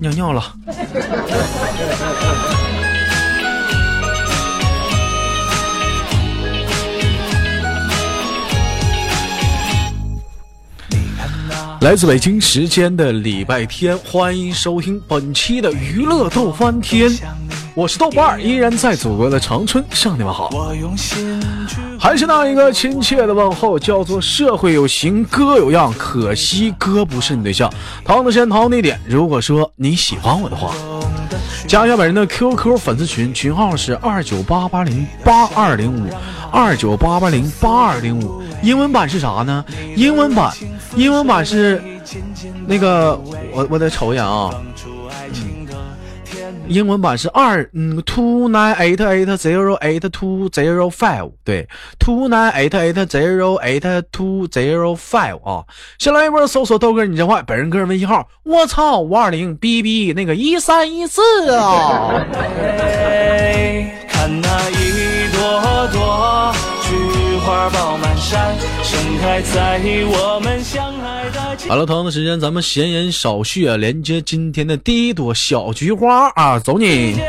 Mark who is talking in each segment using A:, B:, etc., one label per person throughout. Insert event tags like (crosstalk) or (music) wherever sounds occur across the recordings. A: 想要了。来自北京时间的礼拜天，欢迎收听本期的娱乐逗翻天，我是豆瓣儿，依然在祖国的长春向你们好。还是那一个亲切的问候，叫做社会有形，哥有样。可惜哥不是你对象。唐的时间，唐地点。如果说你喜欢我的话，加一下本人的 QQ 粉丝群，群号是二九八八零八二零五二九八八零八二零五。英文版是啥呢？英文版，英文版是那个，我我得瞅一眼啊。英文版是二嗯 two nine eight eight zero eight two zero five 对 two nine eight eight zero eight two zero five 啊，先来一波搜索豆哥你真坏，本人个人微信号我操五二零 b b 那个一三一四啊，
B: 看那一朵朵菊花爆满山，盛开在我们相爱的季
A: 好了，同样的时间咱们闲言少叙啊，连接今天的第一朵小菊花啊，走你。
B: 节。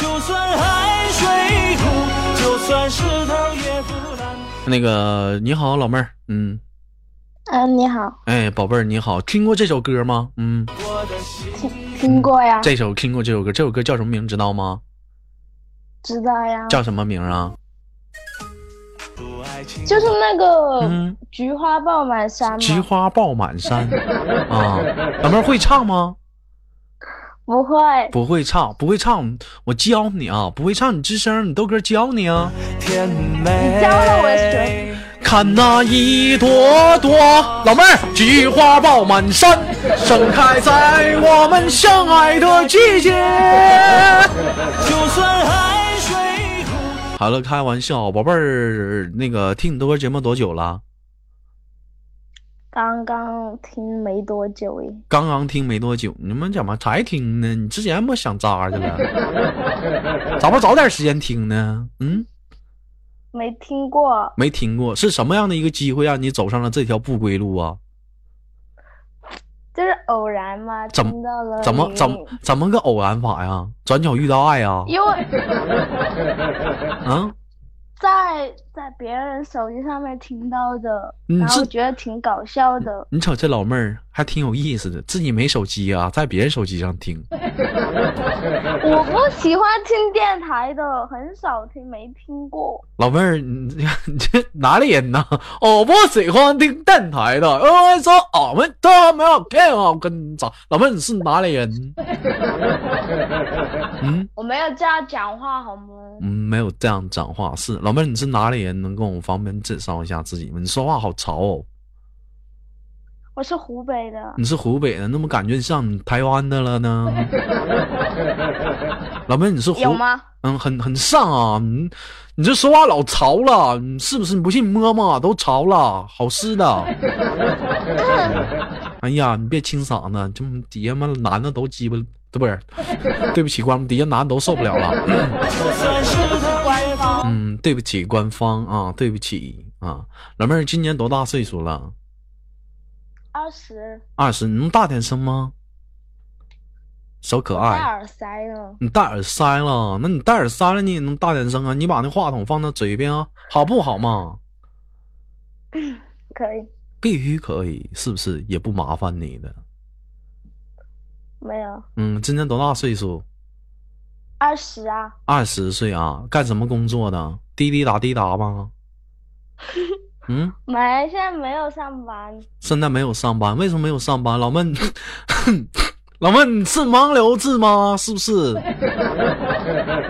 B: 就算海水枯，就算石头也腐烂。
A: 那个你好老妹儿，嗯，
C: 嗯，你好，
A: 哎宝贝儿你好，听过这首歌吗？嗯，
B: 我的心
C: 听过呀，
A: 这首听过这首歌，这首歌叫什么名知道吗？
C: 知道呀，
A: 叫什么名啊？
B: 如爱情，
C: 就是那个
A: 嗯
C: 菊花爆满山嘛，
A: 菊花爆满山啊！老妹儿会唱吗？
C: 不会，
A: 不会唱，不会唱，我教你啊！不会唱，你吱声，你豆哥教你啊！
B: 甜美。
C: 你教了我学
A: 看那一朵朵，老妹儿，菊花爆满山，盛开在我们相爱的季节。
B: 就算海水
C: (laughs)
B: 枯，
A: 好了，开玩笑，宝贝儿，那个听你豆哥节目多久了？
C: 刚刚听没多久诶，
A: 刚刚听没多久，你们怎么才听呢？你之前不想渣去了？咋不早点时间听呢？嗯。
C: 没听过，
A: 没听过，是什么样的一个机会让你走上了这条不归路啊？
C: 就是偶然嘛，
A: 怎么
C: 听到了
A: 怎么
C: 你
A: 怎么怎么个偶然法呀？转角遇到爱呀？
C: 因为
A: 啊，
C: 在在别人手机上面听到的，
A: 你
C: 然后
A: 这
C: 觉得挺搞笑的，
A: 你瞅这老妹儿还挺有意思的，自己没手机啊，在别人手机上听。
C: 我不喜欢听电台的，很少听，没听过，
A: 老妹儿，你你这哪里 (laughs) 人呐？我不喜欢听电台的，因为说哦我们都没有看啊。我跟你讲，老妹儿你是哪里人？嗯
C: 我没有这样讲话好吗？
A: 嗯，没有这样讲话是老妹儿你是哪里人？能跟我方便介绍一下自己吗？你说话好潮哦。
C: 我是湖北的，
A: 你是湖北的，那么感觉像你台湾的了呢？ (laughs) 老妹，你是湖
C: 有吗？
A: 嗯，很很上啊！你你这说话老潮了，你是不是？你不信你摸摸，都潮了，好湿的。 (laughs) 哎呀，你别清嗓子，这么底下嘛男的都鸡巴，对 (laughs) 不是？对不起，官方底下男的都受不了了。 (coughs)
B: 就算石头也腐烂。
A: 嗯，对不起，官方啊，对不起啊，老妹儿今年多大岁数了？
C: 二十，
A: 二十，你能大点声吗？小可爱。
C: 戴耳塞呢？
A: 你戴耳塞了，那你戴耳塞了，你也能大点声啊？你把那话筒放到嘴边啊，好不好嘛？
C: 可以，
A: 必须可以，是不是？也不麻烦你的。
C: 没有
A: 嗯，今年多大岁数？
C: 二十啊，
A: 二十岁啊？干什么工作的？滴滴答滴答吗？嗯，
C: 没，现在没有上班，
A: 现在没有上班，为什么没有上班？老妹儿， (laughs) 老妹儿，你是盲流子吗？是不是？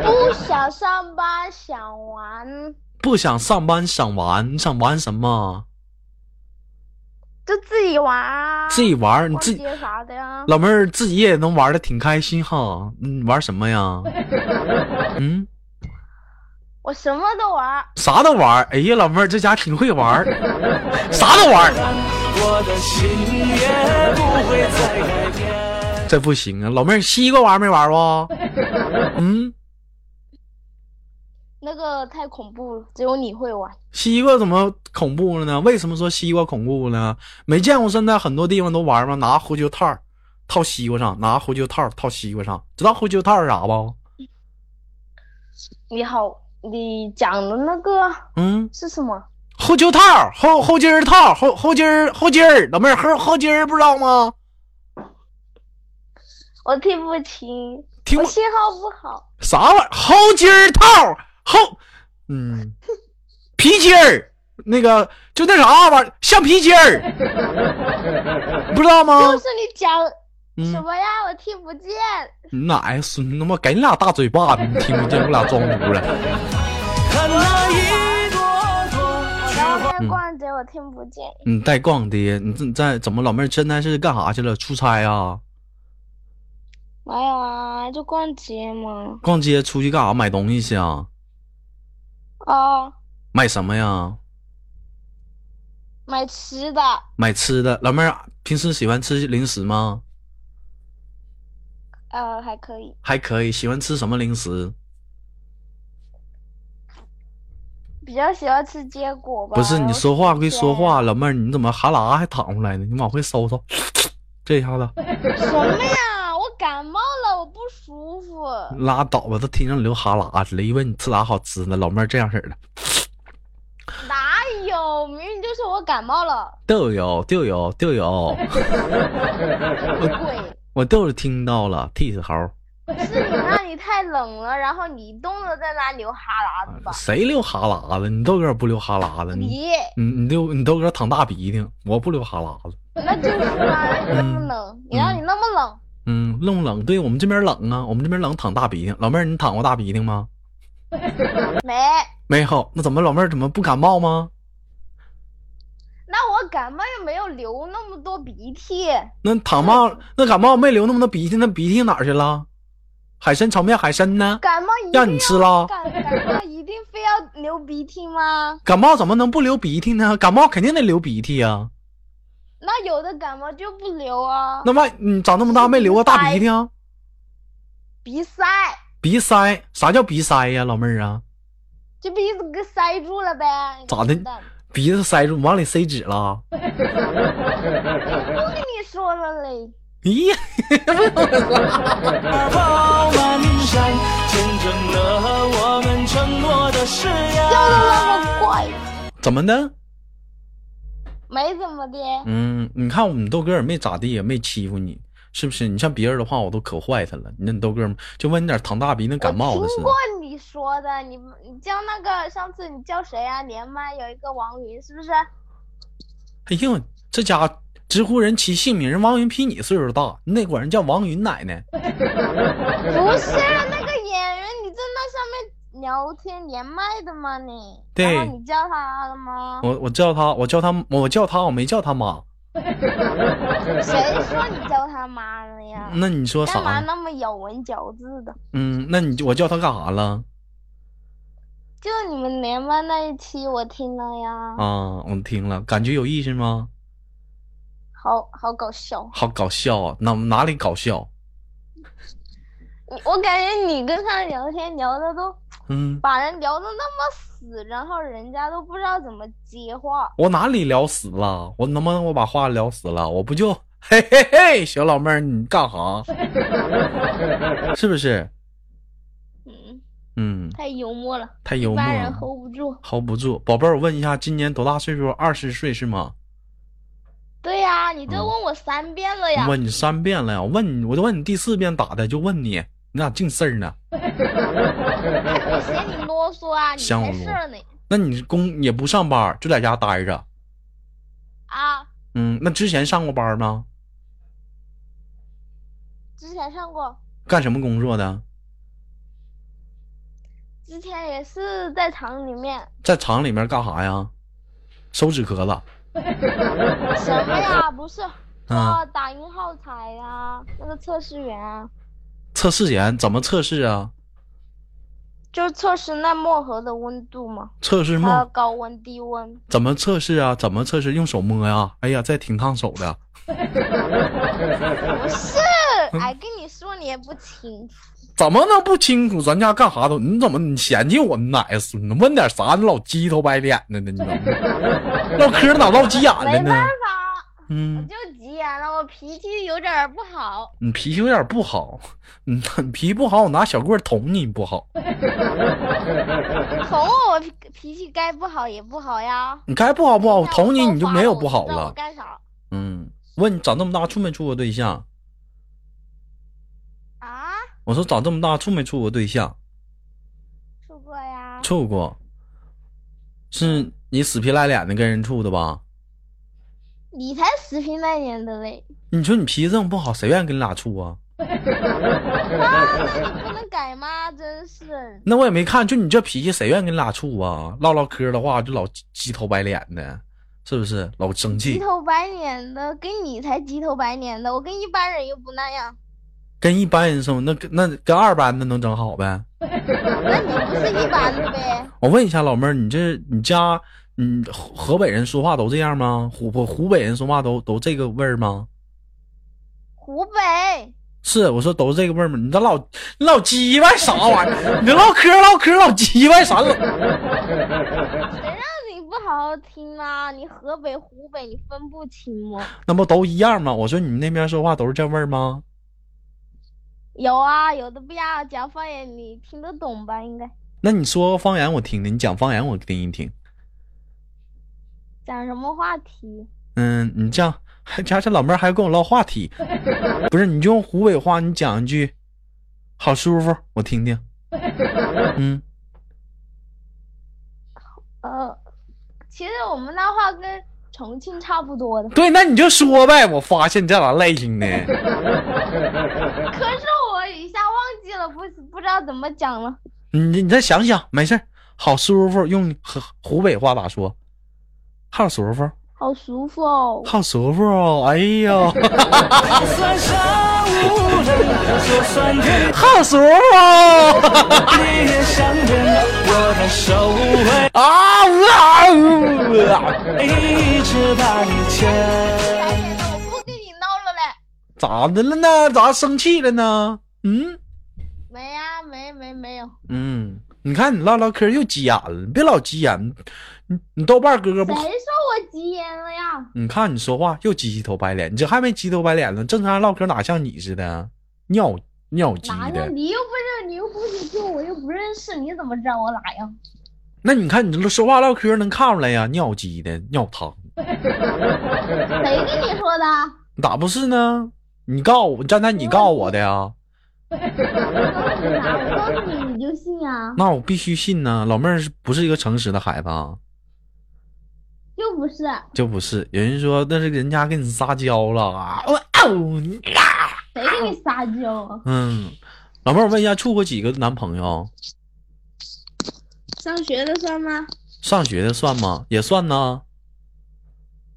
C: 不想上班，想玩，
A: 不想上班，想玩，你想玩什么？
C: 就自己玩啊，
A: 自己玩儿，你
C: 逛
A: 自己。
C: 街啥的呀。
A: (laughs) 老妹儿自己也能玩的挺开心哈，嗯，玩什么呀？嗯，
C: 我什么都玩，
A: 啥都玩儿。哎呀，老妹儿这家挺会玩儿，啥都玩儿。
B: 我的心也不会再改变。
A: 这不行啊，老妹儿西瓜玩没玩过？嗯，
C: 那个太恐怖了，只有你会玩。
A: 西瓜怎么恐怖了呢？为什么说西瓜恐怖呢？没见过现在很多地方都玩吗？拿呼球套儿，套西瓜上，拿呼救套套西瓜上，知道呼救套是啥不？
C: 你好，你讲的那个
A: 嗯，
C: 是什么？
A: 后揪套后后筋儿套后后筋儿后筋儿，老妹儿后后筋儿不知道吗？
C: 我听不清，
A: 听
C: 我
A: 不
C: 信号不好。
A: 啥玩意儿？后筋儿套后，嗯，皮筋儿那个就那啥玩意儿，橡皮筋儿，不知道吗
C: 就？是你讲
A: 嗯
C: 什么呀？我听不见。
A: 你哪呀，孙他妈给你俩大嘴巴子，你听不见？我俩装犊子。
B: 看那一朵朵
A: 嗯
C: 我
B: 菊
C: 在
B: 花。
C: 外面逛街，我听不见。
A: 你嗯带逛的，你这你在怎么老妹儿现在是干啥去了？出差啊？
C: 没有啊，就逛街嘛。
A: 逛街出去干啥？买东西去啊？
C: 哦，
A: 买什么呀？
C: 买吃的，
A: 买吃的。老妹儿平时喜欢吃零食吗？
C: 呃，还可以。
A: 还可以，喜欢吃什么零食？
C: 比较喜欢吃坚果吧。
A: 不是你说话归说
C: 我
A: 话，老妹儿你怎么哈喇还淌出来呢？你往回收收，这一下子
C: 喜欢。什么呀？我感冒了，我不舒服。
A: 拉倒吧，都听着流哈喇子了。一问你吃啥好吃的，老妹儿这样式儿的，
C: 哪有？明明就是我感冒了。
A: 豆油豆油豆油，
C: 鬼。
A: 我豆是听到了，替死猴儿，
C: 是你那里太冷了，然后你冻得在那流哈喇子吧？
A: 谁流哈喇子？你豆哥不流哈喇子，你
C: 你
A: 你你豆你豆哥淌大鼻涕，我不流哈喇子。
C: 那就是啊，你那么冷，你让你那么冷，
A: 嗯，冷不冷？对我们这边冷啊，我们这边冷淌大鼻涕。老妹儿，你淌过大鼻涕吗？
C: 没？
A: 没有，那怎么老妹儿怎么不感冒吗？
C: 那我感冒又没有流那么多鼻涕，
A: 那感冒，那感冒没流那么多鼻涕，那鼻涕哪儿去了？海参炒面海参呢？
C: 感冒一定要
A: 让你吃了
C: 感感冒一定非要流鼻涕吗？
A: 感冒怎么能不流鼻涕呢？感冒肯定得流鼻涕啊！
C: 那有的感冒就不流啊，
A: 那万你长那么大没流过大鼻涕啊？
C: 鼻塞
A: 鼻塞？啥叫鼻塞呀、老妹儿啊？
C: 就鼻子给塞住了呗。
A: 咋的
C: 你个
A: 鼻子
C: 混蛋
A: 塞住，往里塞纸了？
C: 都跟你说了嘞，
A: 咦呀，
B: 跑满山，见证了我们承诺的誓言。
C: 掉的那么快，
A: 怎么的？
C: 没怎么的。
A: 嗯，你看我们豆哥也没咋地，也没欺负你，是不是？你像别人的话，我都可坏他了。你那你豆哥就问你点糖大鼻那感冒
C: 我
A: 的似
C: 听
A: 的
C: 过。你说的，你你叫那个上次你叫谁啊？连麦有一个王云，是不是？
A: 哎呦，这家伙直呼人其姓名，人王云比你岁数大，你得管人叫王云奶奶。
C: 不是那个演员，你在那上面聊天连麦的吗你？
A: 对
C: 然后你叫他了吗？
A: 我我叫他，我叫他，我叫他，我没叫他妈。
C: 谁说你叫他妈了呀？
A: 那你说
C: 干
A: 啥？
C: 嘛那么咬文嚼字的？
A: 嗯，那你我叫他干啥了？
C: 就是你们连麦那一期我听了呀，
A: 啊，我听了，感觉有意思吗？
C: 好好搞笑。
A: 好搞笑啊！哪哪里搞笑？
C: 你我感觉你跟他聊天聊的都
A: 嗯，
C: 把人聊的那么死，然后人家都不知道怎么接话。
A: 我哪里聊死了？我能不能我把话聊死了？我不就嘿嘿嘿，小老妹儿，你干啥？ (laughs) 是不是？
C: 嗯，
A: 嗯，
C: 太幽默了，
A: 太幽
C: 一
A: 默
C: 般人
A: 了
C: hold 不住。
A: ，hold 不住。宝贝儿，我问一下，今年多大岁数？二十岁是吗？
C: 对呀、你这
A: 嗯
C: 问我三遍了呀
A: 我，问你三遍了呀，我问你，我都问你第四遍咋的？就问你，你咋净事儿呢？
C: 我嫌你啰嗦啊，你
A: 嫌我
C: 没
A: 啰
C: 事儿呢
A: 那你工也不上班儿，就在家待着。
C: 啊。
A: 嗯，那之前上过班吗？
C: 之前上过，
A: 干什么工作的？
C: 之前也是在厂里面，
A: 在厂里面干啥呀？手指壳子。
C: 什么呀？不
A: (laughs)
C: 是
A: 啊
C: 做打印耗材呀、那个测试员啊，
A: 测试员怎么测试啊？
C: 就测试那墨盒的温度嘛，
A: 测试
C: 还有
A: 梦
C: 高温、低温。
A: 怎么测试啊？怎么测试？用手摸呀、哎呀，这挺烫手的。
C: 不是，
A: 嗯
C: 哎，跟你说你也不清楚。
A: 怎么能不清楚？咱家干啥都？你怎么你嫌弃我奶孙子？问点
C: (laughs)
A: 啥？你老鸡头白脸的呢？你怎么唠嗑哪唠急眼了
C: 没办
A: 呢？
C: 法，我
A: 嗯，
C: 就急眼了，我脾气有点儿不好。
A: (laughs) 你脾气有点不好，嗯，你脾气不好，我拿小棍儿捅你不好，
C: 从我脾脾气该不好也不好呀。
A: 你该不好不好，我
C: 那
A: 捅你
C: 光
A: 你就
C: 罚
A: 没有
C: 我
A: 不好
C: 知道我
A: 了。
C: 干啥
A: 嗯，问你长这么大处没处过对象？
C: 啊？
A: 我说长这么大处没处过对象？
C: 处过呀？
A: 处过，是你死皮赖脸的跟人处的吧？
C: 你才死皮赖脸的嘞！
A: (laughs) 你说你脾气这么不好，谁愿意跟你俩处啊？
C: 啊，那你不能改吗？真是，
A: 那我也没看，就你这脾气，谁愿意跟你俩处啊？唠唠嗑的话，就老鸡鸡头白脸的，是不是？老生
C: 急
A: 气，
C: 头白脸的，跟你才急头白脸的，我跟一般人又不那样。
A: 跟一般人生，那跟那跟二班的能整好呗？
C: 那你不是一般的呗？
A: 我问一下老妹儿，你这你家，嗯，河河北人说话都这样吗？湖湖湖北人说话都都这个味儿吗？
C: 湖北，
A: 是，我说都是这个味儿吗？你这老你老鸡巴啥玩意儿？你这唠嗑唠嗑老鸡巴啥老？
C: 谁让你不好好听啊？你河北、湖北，你分不清吗？
A: 那不都一样吗？我说你们那边说话都是这味儿吗？
C: 有啊，有的不要讲方言，你听得懂吧？应该
A: 那你说方言我听听，你讲方言我听一听。
C: 讲什么话题？
A: 嗯，你这样还加上老妹儿还跟我唠话题，不是？你就用湖北话你讲一句，好舒服，我听听。嗯，
C: 呃，其实我们那话跟重庆差不多的，
A: 对，那你就说呗。我发现你这俩赖性呢， (laughs)
C: 可是我一下忘记了，不不知道怎么讲了。
A: 你你再想想，没事儿，好舒服，用河湖北话咋说？好舒服，
C: 好舒服哦！
A: 好舒服哦，哎呦，
B: 就算山无人，就算
A: (laughs)
B: 天
A: 好舒服哦
B: 地也相连了，我的手会
A: (laughs) 啊！啊呜啊
B: 一直把你
C: 白
B: 牵。
C: 天的我不跟你闹了嘞。
A: 咋的了呢？咋生气了呢？嗯。
C: 没呀、没没没有，
A: 嗯，你看你唠唠嗑又急眼了，你别老急眼，你你豆瓣哥哥
C: 谁
A: 不
C: 说
A: 好，
C: 我急眼了呀？
A: 你看你说话又鸡头白脸，你这还没鸡头白脸呢，正常人唠嗑哪像你似的，啊尿尿鸡
C: 哪
A: 的
C: 样？。你又不认，你又不是就我又不认识，你怎么知道我哪样？
A: 那你看你这说话唠嗑能看出来呀，尿鸡的尿汤，
C: 谁跟你说的？ (laughs)
A: 咋不是呢？你告我，站在你告我的呀，
C: 我告诉你啥？我告诉你，你就信啊？
A: 那我必须信呢。老妹儿是不是一个诚实的孩子啊？
C: 又不是，
A: 就不是，有人说那是人家跟你撒娇了啊，哦哦你啊
C: 谁跟你撒娇啊？
A: 嗯，老妹儿，我问一下，处过几个男朋友？
C: 上学的算吗？
A: 上学的算吗？也算呢。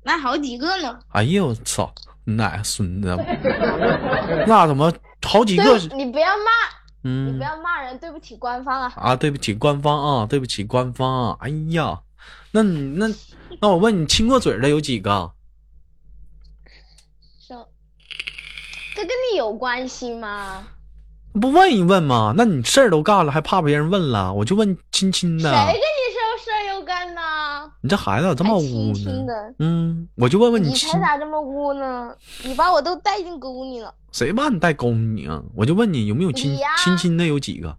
C: 那好几个呢。
A: 哎呦我操，你奶孙子！那怎么好几个
C: 对
A: 是？，
C: 你不要骂，你
A: 嗯
C: 不要骂人，对不起官方啊。
A: 啊，对不起官方啊，对不起官方啊。哎呀，那你那那我问你，亲过嘴儿的有几个？
C: 生，这跟你有关系吗？
A: 不问一问吗？那你事儿都干了，还怕别人问了？我就问亲亲
C: 谁
A: 的，
C: 跟你说事儿又干呢？
A: 你这孩子咋这么
C: 还
A: 污
C: 亲
A: 呢
C: 亲？的，
A: 嗯，我就问问
C: 你
A: 亲
C: 才，咋这么污呢？你把我都带进沟里了。
A: 谁把你带沟你啊？我就问你有没有亲
C: 你呀
A: 亲亲的有几个？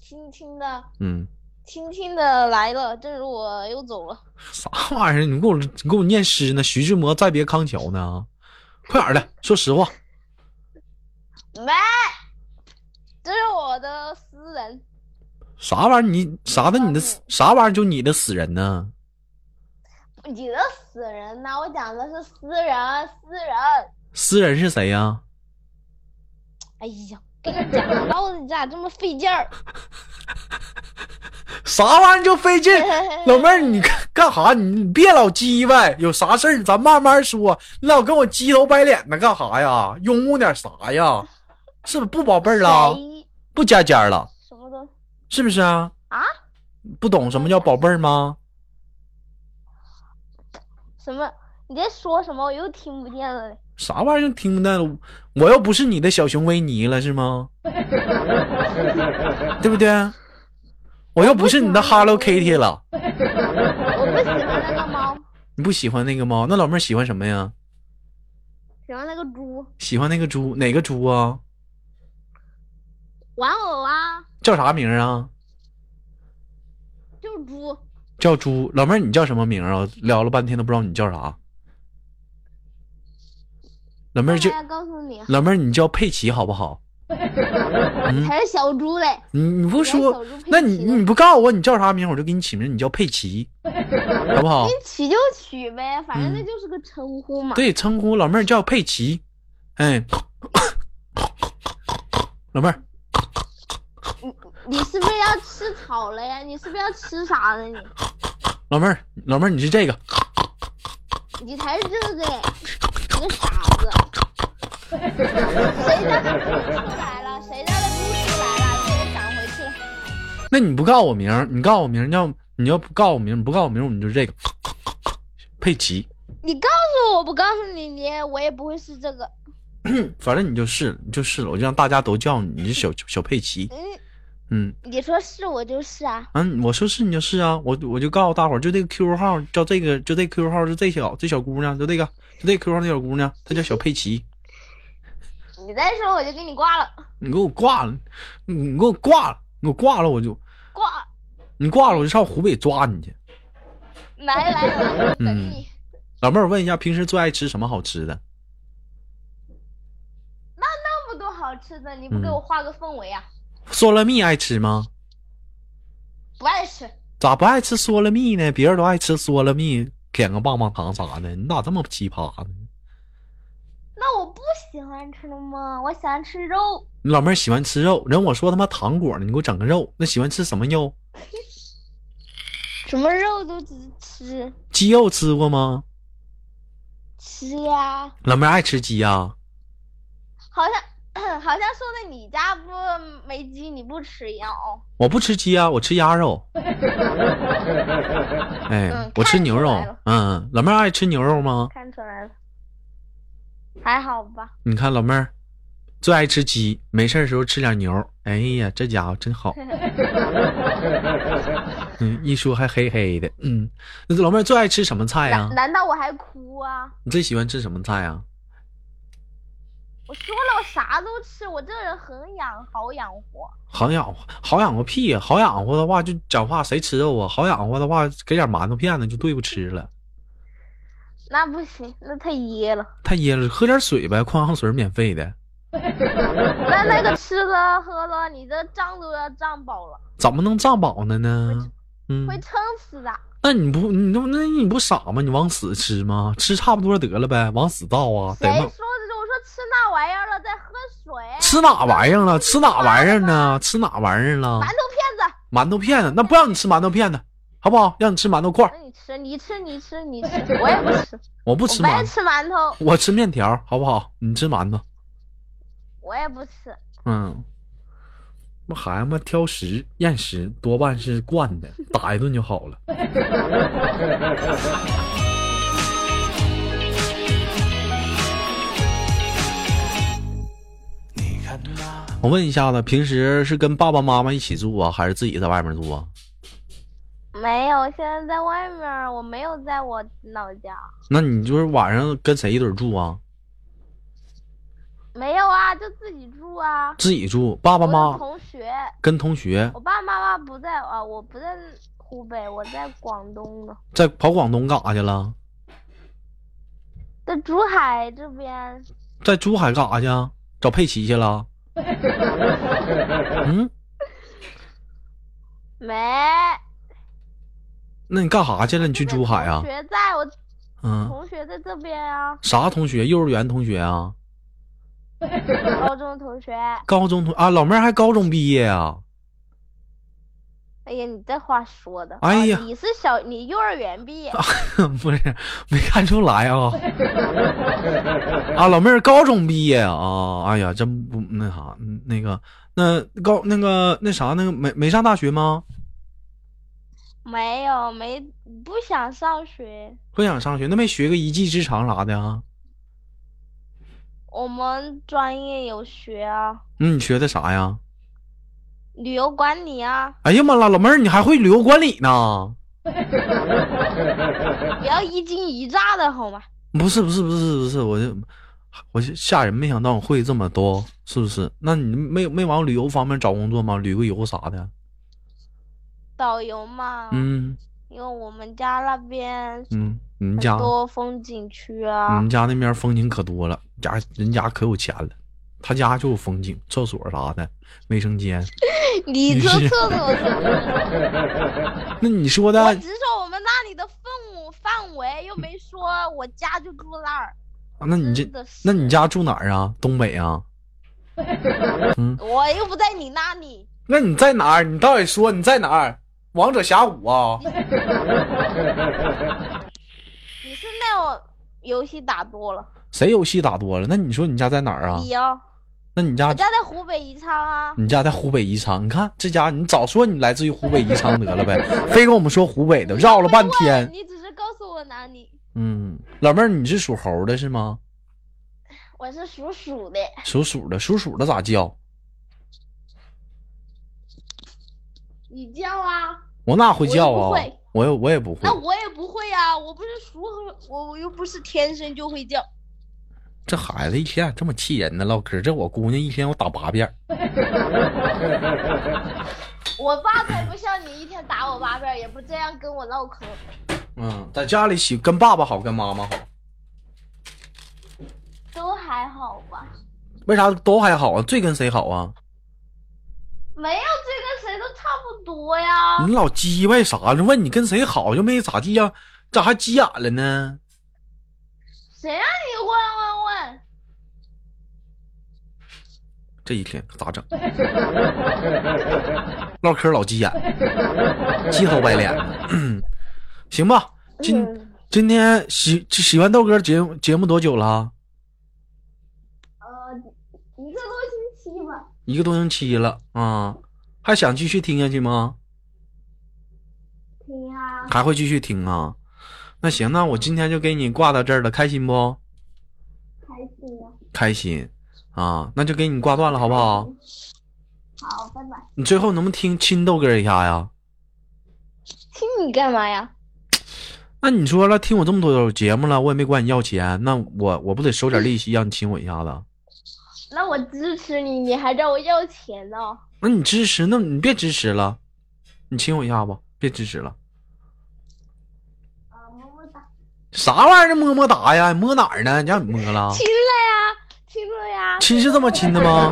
C: 亲亲的，
A: 嗯，
C: 轻轻的来了，正如我又走了。
A: 啥玩意儿？你给我你给我念诗呢？徐志摩再别康桥呢？快点儿的，说实话，
C: 喂，这是我的私人，
A: 啥玩意儿？你啥的？你的死啥玩意儿？就你的死人呢？
C: 你的死人呐！我讲的是私人，私人。
A: 私人是谁呀、
C: 哎呀，跟你讲到底咋这么费劲儿？
A: 啥玩意儿就费劲？
C: (laughs)
A: 老妹儿，你干干哈？你别老鸡歪，有啥事儿咱慢慢说。你老跟我鸡头白脸的干哈呀？拥护点啥呀？是不是不宝贝儿了？
C: 谁
A: 不加尖儿了？
C: 哎什么都
A: 是不是啊？
C: 啊？
A: 不懂什么叫宝贝儿吗？
C: 什么？你在说什么？我又听不见了。
A: 啥玩意儿听不到？我又不是你的小熊维尼了，是吗？对不对？我又不是你的 Hello Kitty 了，
C: 我不喜欢那个猫，
A: 你不喜欢那个吗？那老妹儿喜欢什么呀？
C: 喜欢那个猪
A: 喜欢那个猪，哪个猪啊？
C: 玩偶啊，
A: 叫啥名儿啊？
C: 就是猪
A: 叫猪。老妹儿，你叫什么名儿啊？聊了半天都不知道你叫啥。老妹儿就
C: 干嘛要告诉你，
A: 老妹儿，你叫佩奇好不好？
C: 才是小猪嘞。
A: 你你不说
C: 小猪佩奇，
A: 那你你不告诉我你叫啥名儿，我就给你起名儿，你叫佩
C: (laughs)
A: 奇，好不好？
C: 取就取呗，反正那
A: 嗯
C: 就是个称呼嘛。
A: 对，称呼老妹儿叫佩奇。哎，老妹儿，
C: 你是不是要吃草了呀？你是不是要吃啥了你？
A: 老妹儿，老妹儿，你是这个，
C: 你才是这个哎，你个傻子！谁家的猪出来了？谁家的猪出来了？给我赶回去了！
A: 那你不告诉我名儿，你告诉我名儿，你要你要不告诉我名儿，你不告诉我名儿，我们就这个佩奇，
C: 你告诉我，我不告诉你，你也我也不会是这个。
A: 反正你就是了你就是了，我就让大家都叫你，你是小小佩奇，
C: 嗯，
A: 嗯。
C: 你说是我就是啊。
A: 嗯，我说是你就是啊，我我就告诉大伙儿，就这个 QQ 号叫这个，就这 QQ 号就这小这小姑娘，就这个就这 QQ 号这小姑娘，她叫小佩奇。
C: 你再说我就给你挂了，
A: 你给我挂了，你你给我挂了，你给我挂了，我就
C: 挂！
A: 你挂了我就上湖北抓你去。
C: 来来来，等你。
A: 老妹儿，我问一下，平时最爱吃什么好吃的？
C: 那么多好吃的，你不给我画个氛围啊？
A: 嗦了蜜爱吃吗？
C: 不爱吃，
A: 咋不爱吃嗦了蜜呢？别人都爱吃嗦了蜜，舔个棒棒糖啥的，你咋这么奇葩呢？
C: 那我不喜欢吃了吗？我喜欢吃肉，
A: 你老妹儿喜欢吃肉，人我说他妈糖果呢，你给我整个肉，那喜欢吃什么肉？
C: 什么肉都只吃
A: 鸡肉吃过吗？
C: 吃呀。
A: 老妹儿爱吃鸡呀、
C: 好像 (clears throat) 好像说的你家不没鸡你不吃一样哦。
A: 我不吃鸡啊，我吃鸭肉。哎，
C: 嗯
A: 我吃牛肉
C: 看出来了。
A: 嗯，老妹儿爱吃牛肉吗？
C: 看出来了，还好
A: (laughs)
C: 吧？
A: 你看老妹儿最爱吃鸡，没事儿的时候吃点牛。哎呀，这家伙真
C: (laughs)
A: 好。嗯，一说还黑黑的。嗯，那老妹儿最爱吃什么菜呀、
C: 难难道我还哭啊？
A: 你最喜欢吃什么菜呀、
C: 我说了，我啥都吃，我这人很养，好养活。
A: 好养活，好养活屁呀、好养活的话，就讲话谁吃肉啊？好养活的话，给点馒头片子就对付吃了。
C: 那不行，那太噎了。
A: 太噎了，喝点水呗，矿泉水免费的。
C: 那那个吃的喝的，你这胀都要胀饱了，
A: 怎么能胀饱了呢？嗯，
C: 会撑死的。
A: 那你不你那那你不傻吗？你往死吃吗？吃差不多得了呗，往死倒啊！
C: 谁
A: 得
C: 说
A: 吗
C: 的？？我说吃那玩意儿了，再喝水，
A: 吃哪玩意儿了？吃哪玩意儿呢？吃哪玩意儿了
C: 馒？头片子，
A: 馒头片子，那不让你吃馒头片子，好不好？让你吃馒头块儿
C: 那，你吃，你吃，你吃，你吃，我也不吃，
A: 我不
C: 我
A: 吃
C: 不爱
A: 馒头，
C: 吃馒头，
A: 我吃面条，好不好？你吃馒头，
C: 我也不吃。
A: 嗯。那孩子们挑食厌食多半是惯 (laughs) 的，打一顿就好了。
B: 你看那
A: 我问一下子，平时是跟爸爸妈妈一起住啊，还是自己在外面住啊？
C: 没有，现在在外面儿，我没有在我老家，
A: 那你就是晚上跟谁一堆儿住啊？
C: 没有啊，就自己住啊。
A: 自己住，爸爸
C: 我有
A: 妈
C: 同学，
A: 跟同学
C: 我爸爸妈妈不在啊，我不在湖北，我在广东呢，
A: 在跑广东干啥去了？
C: 在珠海这边。
A: 在珠海干啥去啊？找佩奇去了？嗯，
C: 没，
A: 那你干啥去了？你去珠海啊
C: 同？学在我
A: 嗯，
C: 同学在这边啊，
A: 啥同学？幼儿园同学啊？
C: 高中同学。
A: 高中同啊？老妹儿还高中毕业啊？
C: 哎呀，你这话说的，
A: 哎呀啊
C: 啊你是小你幼儿园毕业，
A: (laughs) 不是，没看出来啊。啊，老妹儿高中毕业啊？哎呀，真不那啥，嗯那个那高那个那啥那个没没上大学吗？
C: 没有没不想上学，
A: 不想上学，那没学个一技之长啥的啊？
C: 我们专业有学啊，
A: 嗯，你学的啥呀？
C: 旅游管理啊。
A: 哎呀妈啦，老妹儿，你还会旅游管理呢？
C: 不要一惊一乍的好吗？
A: 不是不是不是不是，我就我就吓人，没想到我会这么多，是不是？那你没没往旅游方面找工作吗？旅个游啥的？
C: 导游嘛，
A: 嗯
C: 因为我们家那边
A: 嗯，你们
C: 很
A: 家
C: 多风景区
A: 你
C: 啊，
A: 们家那边风景可多了，家人家可有钱了，他家就有风景，厕所啥的，卫生间。
C: 你
A: 你
C: 这
A: 是
C: 厕所是
A: 那你说
C: 啊
A: (laughs)
C: 我
A: 的
C: 只说我们那里的氛范围，又没说我家就住那儿。
A: 啊那你这
C: 真的是，
A: 那你家住哪儿啊？东北啊？
C: 我又不在你那里，
A: 那你在哪儿？你到底说你在哪儿？王者峡谷啊？
C: 你是那种游戏打多了。
A: 谁游戏打多了？那你说你家在哪儿啊？嗯
C: 你哦，
A: 那你家
C: 我家在湖北宜昌啊，
A: 你家在湖北宜昌？你看这家，你早说你来自于湖北宜昌得了呗， (laughs) 非跟我们说湖北的，绕了半天。
C: 你只是告诉我哪里，
A: 嗯，老妹儿，你是属猴的是吗？
C: 我是属鼠的，
A: 属鼠的，属鼠的咋叫？
C: 你叫啊？
A: 我哪会叫啊
C: 我也不会？
A: 我也我也不会
C: 那，我也不会啊，我不是属猴，我我又不是天生就会叫。
A: 这孩子一天咋这么气人呢？唠嗑，这我姑娘一天我打八遍儿，
C: 我爸才不像你一天打我八遍，也不这样跟我唠嗑。
A: 嗯，在家里喜跟爸爸好，跟妈妈好，
C: 都还好吧，
A: 为啥都还好啊？最跟谁好啊？
C: 没有这个谁都差不多呀。
A: 你老叽歪啥呢？问你跟谁好就没咋地呀、咋还急眼了呢？
C: 谁让你问问问？
A: 这一天咋整？ (laughs) 唠嗑老急眼，鸡头白脸 (clears throat) 的。行吧，今
C: 嗯
A: 今天喜喜欢豆哥节目节目多久了？
C: 呃，一个多星期吧。
A: 一个多星期了啊、还想继续听下去吗？
C: 听啊，
A: 还会继续听啊？那行，那我今天就给你挂到这儿了，开心不？
C: 开心啊。
A: 开心啊，那就给你挂断了，好不好？
C: 嗯好，拜拜。
A: 你最后能不能听亲豆哥一下呀？
C: 听你干嘛呀？
A: 那你说了，听我这么多节目了，我也没管你要钱，那我我不得收点利息让你亲我一下子？
C: 那我支持你，你还找我要钱呢？
A: 那你支持，那你别支持了，你亲我一下吧，别支持了。
C: 啊，么么哒。
A: 啥玩意儿？这么么哒呀？摸哪儿呢？你让你摸了？
C: 亲了呀，亲了呀。
A: 亲是这么亲的吗？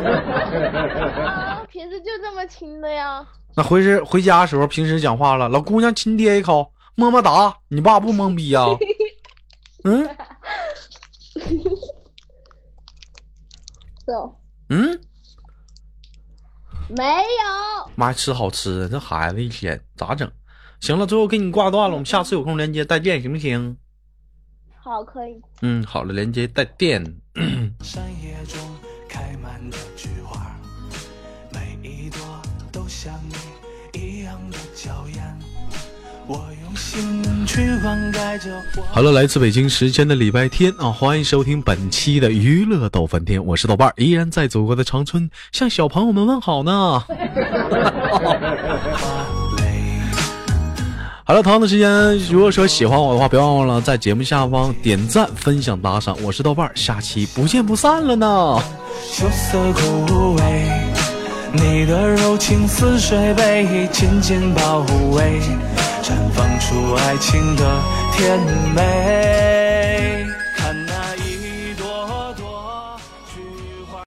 C: 啊，平时就这么亲的呀。
A: 那回时回家的时候，平时讲话了，老姑娘亲爹一口，么么哒，你爸不懵逼呀、啊嗯
C: 走。
A: 嗯，
C: 没有。
A: 妈吃好吃的，这孩子一天咋整？行了，最后给你挂断了，我们下次有空连接再见，行不行？
C: 好，可以。
A: 嗯，好了，连接再见。
B: 山野中开满的菊花，每一朵都像你一样的娇艳。我用心去灌溉着我。
A: 好了，来自北京时间的礼拜天啊，欢迎收听本期的娱乐逗翻天，我是豆瓣儿，依然在祖国的长春向小朋友们问好呢。好了，同样的时间，如果说喜欢我的话，别忘了在节目下方点赞、分享、打赏。我是豆瓣儿，下期不见不散了呢。
B: 羞涩枯萎，你的柔情似水被紧紧包围，绽放出爱情的甜美。